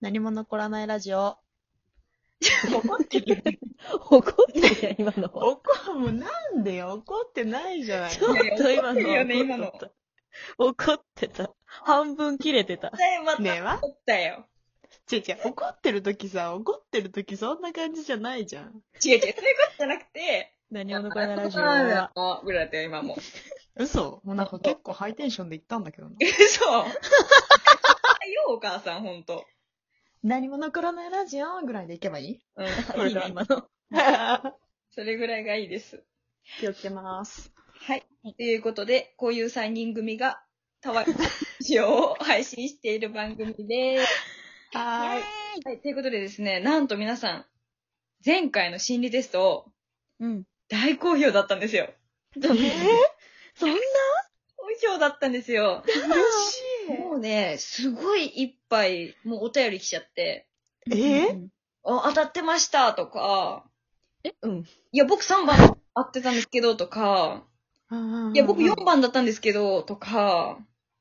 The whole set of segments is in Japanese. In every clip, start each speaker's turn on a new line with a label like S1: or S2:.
S1: 何も残らないラジオ。
S2: 怒ってる。怒ってるやん、今の。
S1: 怒、もうなんでよ、怒ってないじゃない。
S2: ちょっと今の。
S3: いや怒ってるよね今の
S2: 怒ってた。怒ってた。半分切れてた。
S3: はい、また
S1: ねえわ。
S3: 怒ったよ。
S1: 違う違う、怒ってる時さ、怒ってる時そんな感じじゃないじゃん。
S3: 違う違う、そういうことじゃなくて、
S2: 何も残らないラジオ
S3: なん
S2: は
S3: だ。よぐらいだったよ、今も。
S1: 嘘もうなんか結構ハイテンションで言ったんだけどな。
S3: 嘘。 よ、お母さん、ほんと。
S1: 何も残らないラジオぐらいでいけばいい
S3: うん、
S2: いいね、今の。
S3: それぐらいがいいです。
S1: 気をつけます。
S3: はい。ということで、こういう3人組が、たわ、一応配信している番組です。
S1: はー い。
S3: はい。ということでですね、なんと皆さん、前回の心理テスト、
S2: うん。
S3: 大好評だったんですよ。
S2: えー、そんな
S3: 好評だったんですよ。
S1: 嬉
S3: もうね、すごいいっぱい、もうお便り来ちゃって、
S1: しい。え
S2: うん
S3: あ当たってましたとか、
S2: えうん。
S3: いや、僕3番合ってたんですけどとか、いや、僕4番だったんですけどとか、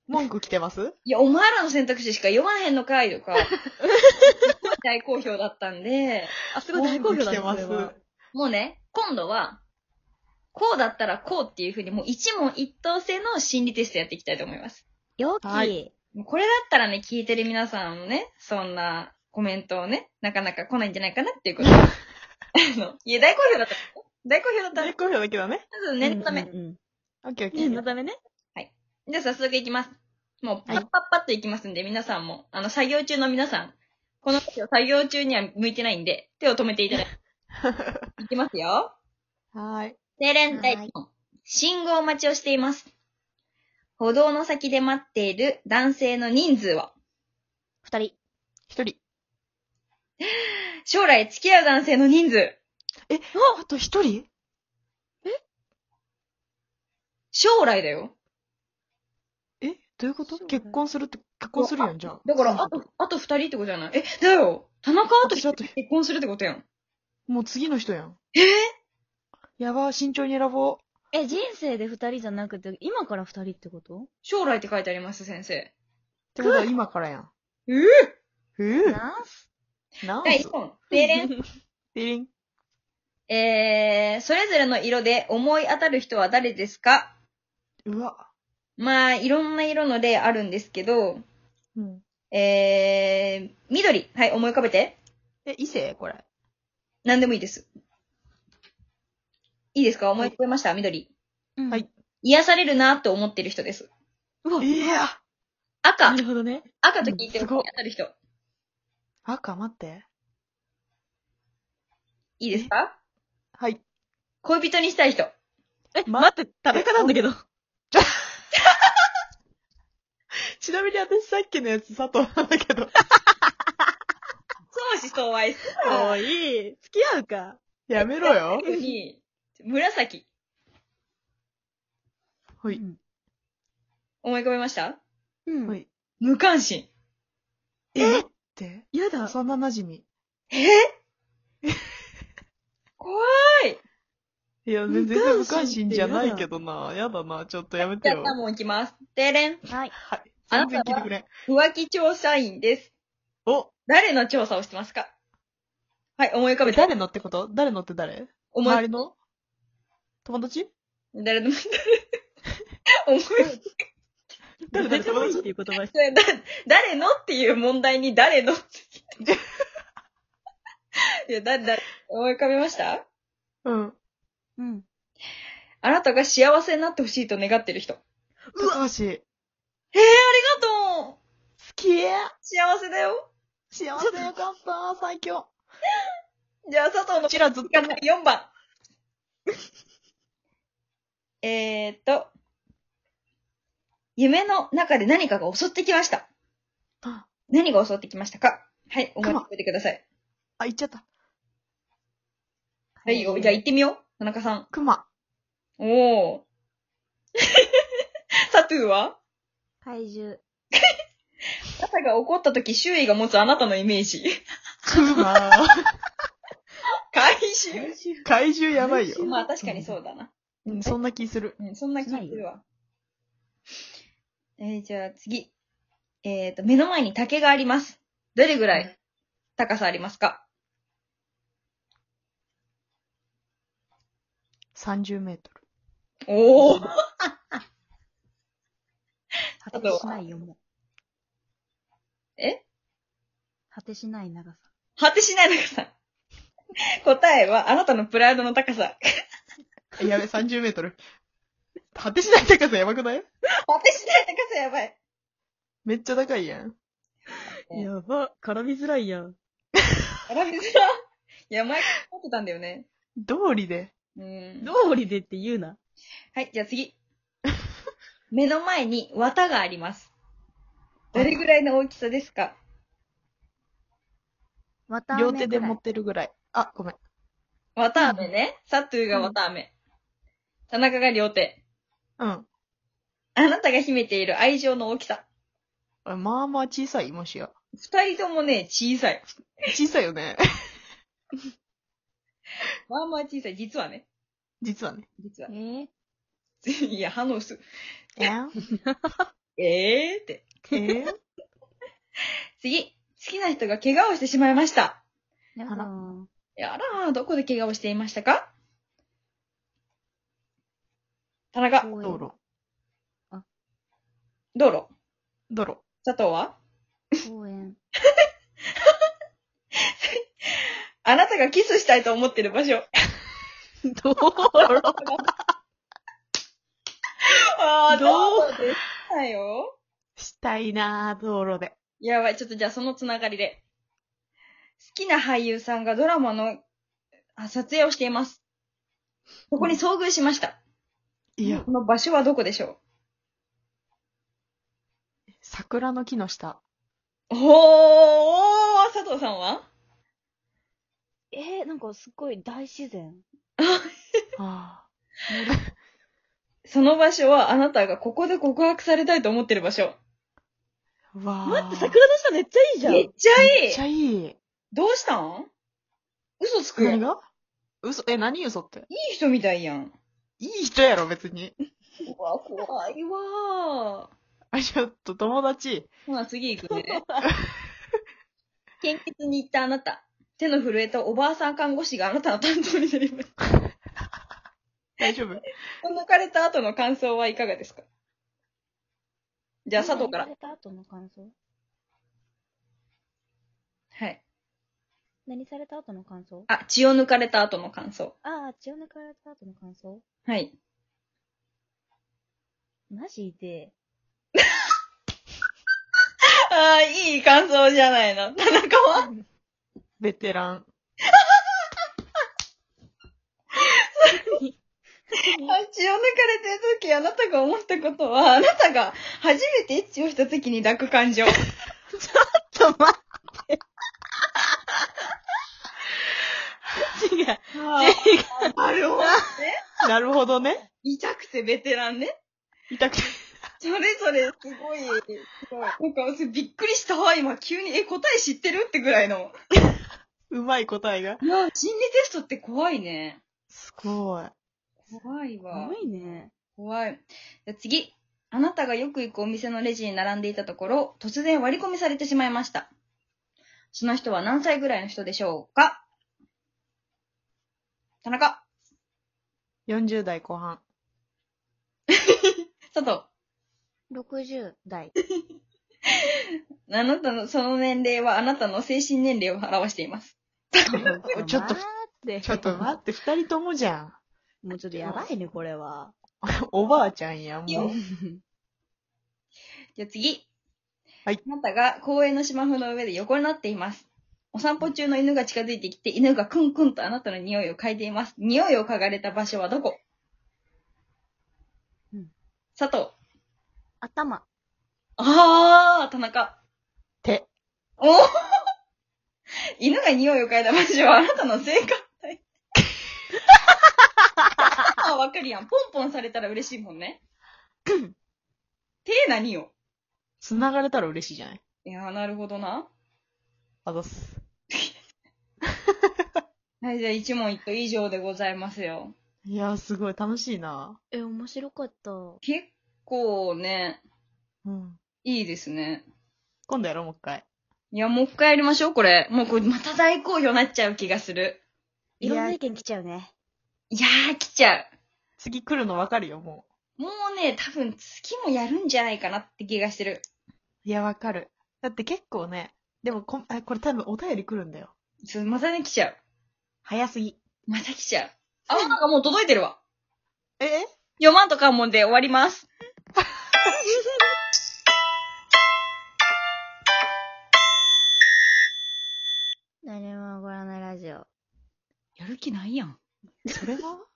S1: 文句来てます
S3: いや、お前らの選択肢しか読まへんのかい とか、大好評だったんで、
S2: あ、すごい大好評だ
S1: 文句来てま
S2: ね
S1: す
S2: それは。
S3: もうね、今度は、こうだったらこうっていうふうに、もう一問一答制の心理テストやっていきたいと思います。
S2: よき。
S1: はい
S3: もうこれだったらね、聞いてる皆さんもね、そんなコメントをね、なかなか来ないんじゃないかなってい うこと。あの、いや、大好評だった。大好評だった。
S1: 大好評だけどね。
S3: まず念のため。
S2: うんうんうん。
S1: オッケーオッケ
S2: 念の
S1: ー。
S2: ためね。
S3: じゃあ早速いきます。もうパ
S1: はい
S3: ッパッパッといきますんで、皆さんも、あの、作業中の皆さん、この時は作業中には向いてないんで、手を止めていただい て。いきますよ。
S1: はーい。
S3: 定連
S1: は
S3: 隊
S1: い
S3: の信号待ちをしています。歩道の先で待っている男性の人数は、
S2: 二人。
S1: 一人。
S3: 将来付き合う男性の人数、
S1: あと一人
S3: 将来だよ。
S1: えどういうこと
S2: そうだね
S1: 結婚するって、結婚するやん、じゃあ。
S3: だから、あと、あと二人ってことじゃないえ、だよ田中あと
S1: 私
S3: 一
S1: あと
S3: 人結婚するってことやん。
S1: もう次の人やん。
S3: えー
S1: やば、慎重に選ぼう。
S2: え、人生で二人じゃなくて、今から二人ってこと
S3: 将来って書いてあります、先生。
S1: ってことは今からやん。
S3: うぅ
S1: う
S2: なんす
S1: ん。な
S3: 第1問。定 連
S1: デリン。
S3: えー、それぞれの色で思い当たる人は誰ですか
S1: うわ。
S3: まあ、いろんな色の例あるんですけど、
S1: うん。
S3: えー、緑。はい、思い浮かべて。
S1: え、異性これ。
S3: 何でもいいです。いいですか思い浮かべました、緑。
S2: うん
S1: はい。
S3: 癒されるなと思ってる人です。
S2: うわ、
S1: いや
S3: 赤
S2: な。るほどね。
S3: 赤と聞いて
S1: うんすご
S3: 思い当たる人。
S1: 赤、待って。
S3: いいですか
S1: はい。
S3: 恋人にしたい人。
S2: え、
S1: ま
S2: 待って、田中なんだけど。
S1: ちなみに私さっきのやつ佐藤なんだけど。
S3: 相思相愛。
S2: おい、付き合うか。
S1: やめ ろ よ。
S3: に、紫。
S1: は
S2: う
S1: い。
S2: ん。
S3: 思い浮かべました
S2: うん
S1: はい。
S3: 無関心。
S1: えって。
S2: やだ。
S1: 幼馴染み。
S3: え 怖い。
S1: いや、全然無関心じゃないけどな。やだな。ちょっとやめて
S3: じゃあ
S1: よ。
S3: 3問いきます。てれん。
S2: はい。
S1: はい。
S3: あな
S1: 全然
S3: たは
S1: 聞いてくれん。
S3: 浮気調査員です。
S1: お
S3: 誰の調査をしてますかはい、思い浮かべて。
S1: 誰のってこと誰のって誰
S3: 思
S1: 周
S3: い、
S1: りの友達
S3: 誰の、思い、
S2: 誰
S1: 誰誰
S2: でもいいっていう言葉。
S3: だ誰のっていう問題に誰のって 聞いて。いや、だ、だ、思い浮かべました
S1: うん。
S2: うん。
S3: あなたが幸せになってほしいと願ってる人。あ
S1: 高橋。
S3: りがとう
S1: 好き
S3: 幸せだよ
S1: 幸せよかった最強。
S3: じゃあ、佐藤の
S1: うちらずっと。
S3: 頑張れ、4番。 えーっと、夢の中で何かが襲ってきました。
S1: あ、
S3: 何が襲ってきましたかはい、思い浮かべてください。
S1: 行っちゃった。
S3: はい、じゃあ行ってみよう。田中さん。
S1: クマ。
S3: おー。 サトゥー は
S2: 怪獣。
S3: 朝が起こった時周囲が持つあなたのイメー ジ。
S1: クマ。
S3: 怪獣
S2: 獣
S1: 怪獣やばいよ。
S3: まあ確かにそうだな。
S1: うん、そんな気する。
S3: うん、そんな気するわ。えー、じゃあ次。えーっと、目の前に竹があります。どれぐらい高さありますか
S1: 30メートル。
S3: おお
S2: 果てしないよ、もう。
S3: え
S2: 果てしない長さ。
S3: 果てしない高さ。 答えは、あなたのプライドの高さ。
S1: えやべ、30メートル。果てしない高さやばくない
S3: 果てしない高さやばい。
S1: めっちゃ高いやん。
S3: ね
S2: やば、絡みづらいやん。
S3: あら水だ。いや、前から思ってたんだよね。
S1: 通りで。
S3: うん。
S2: 通りでって言うな。
S3: はい、じゃあ次。目の前に綿があります。どれぐらいの大きさですか
S2: 綿
S1: 両手で持ってるぐらい。あ、ごめん。
S3: 綿飴ね。サトゥーが綿飴。田中が両手。
S1: うん。
S3: あなたが秘めている愛情の大きさ。
S1: あまあまあ小さい、もしや。
S3: 二人ともね、小さい。
S1: 小さいよね。
S3: まあまあ小さい。実はね。
S1: 実はね。
S3: 実は。
S2: え
S3: いや、反応す。
S1: えー、
S3: ええーって。
S1: えー、
S3: 次。好きな人が怪我をしてしまいました。
S2: ー、や
S1: だ
S3: やらー、どこで怪我をしていましたか田中、
S1: 道路。
S3: 道路。
S1: 道 路。
S3: 佐藤は
S2: 公園。
S3: あなたがキスしたいと思ってる場所。
S1: 道路
S3: あ
S1: ーど
S3: うでしたよ。
S1: したいなぁ、道路で。
S3: やばい、ちょっとじゃあそのつながりで。好きな俳優さんがドラマのあ撮影をしています。ここに遭遇しました。
S1: いや、
S3: この場所はどこでしょ
S1: 桜の木の下。
S3: うおー、佐藤さんは
S2: えー、なんかすごい大自然。
S1: あ
S3: その場所はあなたがここで告白されたいと思ってる場所。
S1: あ。わあ。
S2: の下めっちゃいい
S3: めっちゃ
S1: め
S3: い
S1: っ
S3: い
S1: ちゃいい。
S3: どうしたん嘘つくやん
S1: 何
S3: い
S1: が嘘、え、何嘘って。
S3: い人みたいやん。
S1: いい人やろ、別に。
S3: うわ、怖いわー。
S1: あ、ちょっと友達。
S3: ほな、次行く ね。献血に行ったあなた。手の震えたおばあさん看護師があなたの担当になりました。
S1: 大丈夫
S3: 抜かれた後の感想はいかがですかじゃあ、佐藤から
S2: 言わ。れた後の感想
S3: はい。
S2: 何された後の感想
S3: あ、血を抜かれた後の感想。
S2: ああ、血を抜かれた後の感想
S3: はい。
S2: マジで。
S3: ああ、いい感想じゃないの。田中は
S1: ベテラ ン。
S3: 血を抜かれてる時、あなたが思ったことは、あなたが初めてエッチをした時に抱く感 情。
S1: ちょっと待
S2: 違う。
S3: なるほど。
S1: って。なるほどね。
S3: 痛くてベテランね。
S1: 痛くて。
S3: それぞれ、すごい、すごい。なんか、びっくりしたわ、今、急に。え、答え知ってるってぐらいの。
S1: うまい答えが。
S3: いや、心理テストって怖いね。
S1: すごい。
S3: 怖い
S2: す
S3: わ
S2: ご。いね。
S3: 怖い。じゃあ次。あなたがよく行くお店のレジに並んでいたところ、突然割り込みされてしまいました。その人は何歳ぐらいの人でしょうか田中
S1: 40代後半。
S3: 佐藤
S2: 60代。
S3: あなたの、その年齢はあなたの精神年齢を表しています。
S1: ちょっと、
S2: 待って。
S1: ちょっと待って、 二人ともじゃん。
S2: もうちょっとやばいね、これは。
S1: おばあちゃんやん、もう。
S3: じゃあ次。
S1: はい。
S3: あなたが公園の芝生の上で横になっています。お散歩中の犬が近づいてきて、犬がクンクンとあなたの匂いを嗅いでいます。匂いを嗅がれた場所はどこ
S2: うん
S3: 佐藤。
S2: 頭。
S3: あー、田中。
S1: 手。
S3: おー犬が匂いを嗅いだ場所はあなたの性感 帯。あ、わかるやん。ポンポンされたら嬉しいも んね。手何よ。
S1: 繋がれたら嬉しいじゃない
S3: いやー、なるほどな。
S1: あざっす。
S3: はい、じゃあ一問一答以上でございますよ。
S1: いやー、すごい、楽しいな。
S2: え、面白かった。う
S3: 結構ね、
S1: うん。
S3: いいですね。
S1: 今度やろう、もう一回。
S3: いや、もう一回やりましょう、これ。もうこれまた大好評なっちゃう気がする。
S4: いろんな意見来ちゃうね。
S3: いやー、来ちゃう。
S1: 次来るの分かるよ、も
S3: もうね、多分月もやるんじゃないかなって気がしてる。
S1: う。いや、分かる。だって結構ね、でもこん、あこれ多分お便り来るんだよ。
S3: そうまたね、来ちゃう。
S1: 早すぎ。
S3: また来ちゃう。あ、なんかもう届いてるわ。
S1: ええ
S3: 読まんとかんもんで終わります。
S4: 何も起こらないラジオ。
S3: やる気ないやん。
S1: それは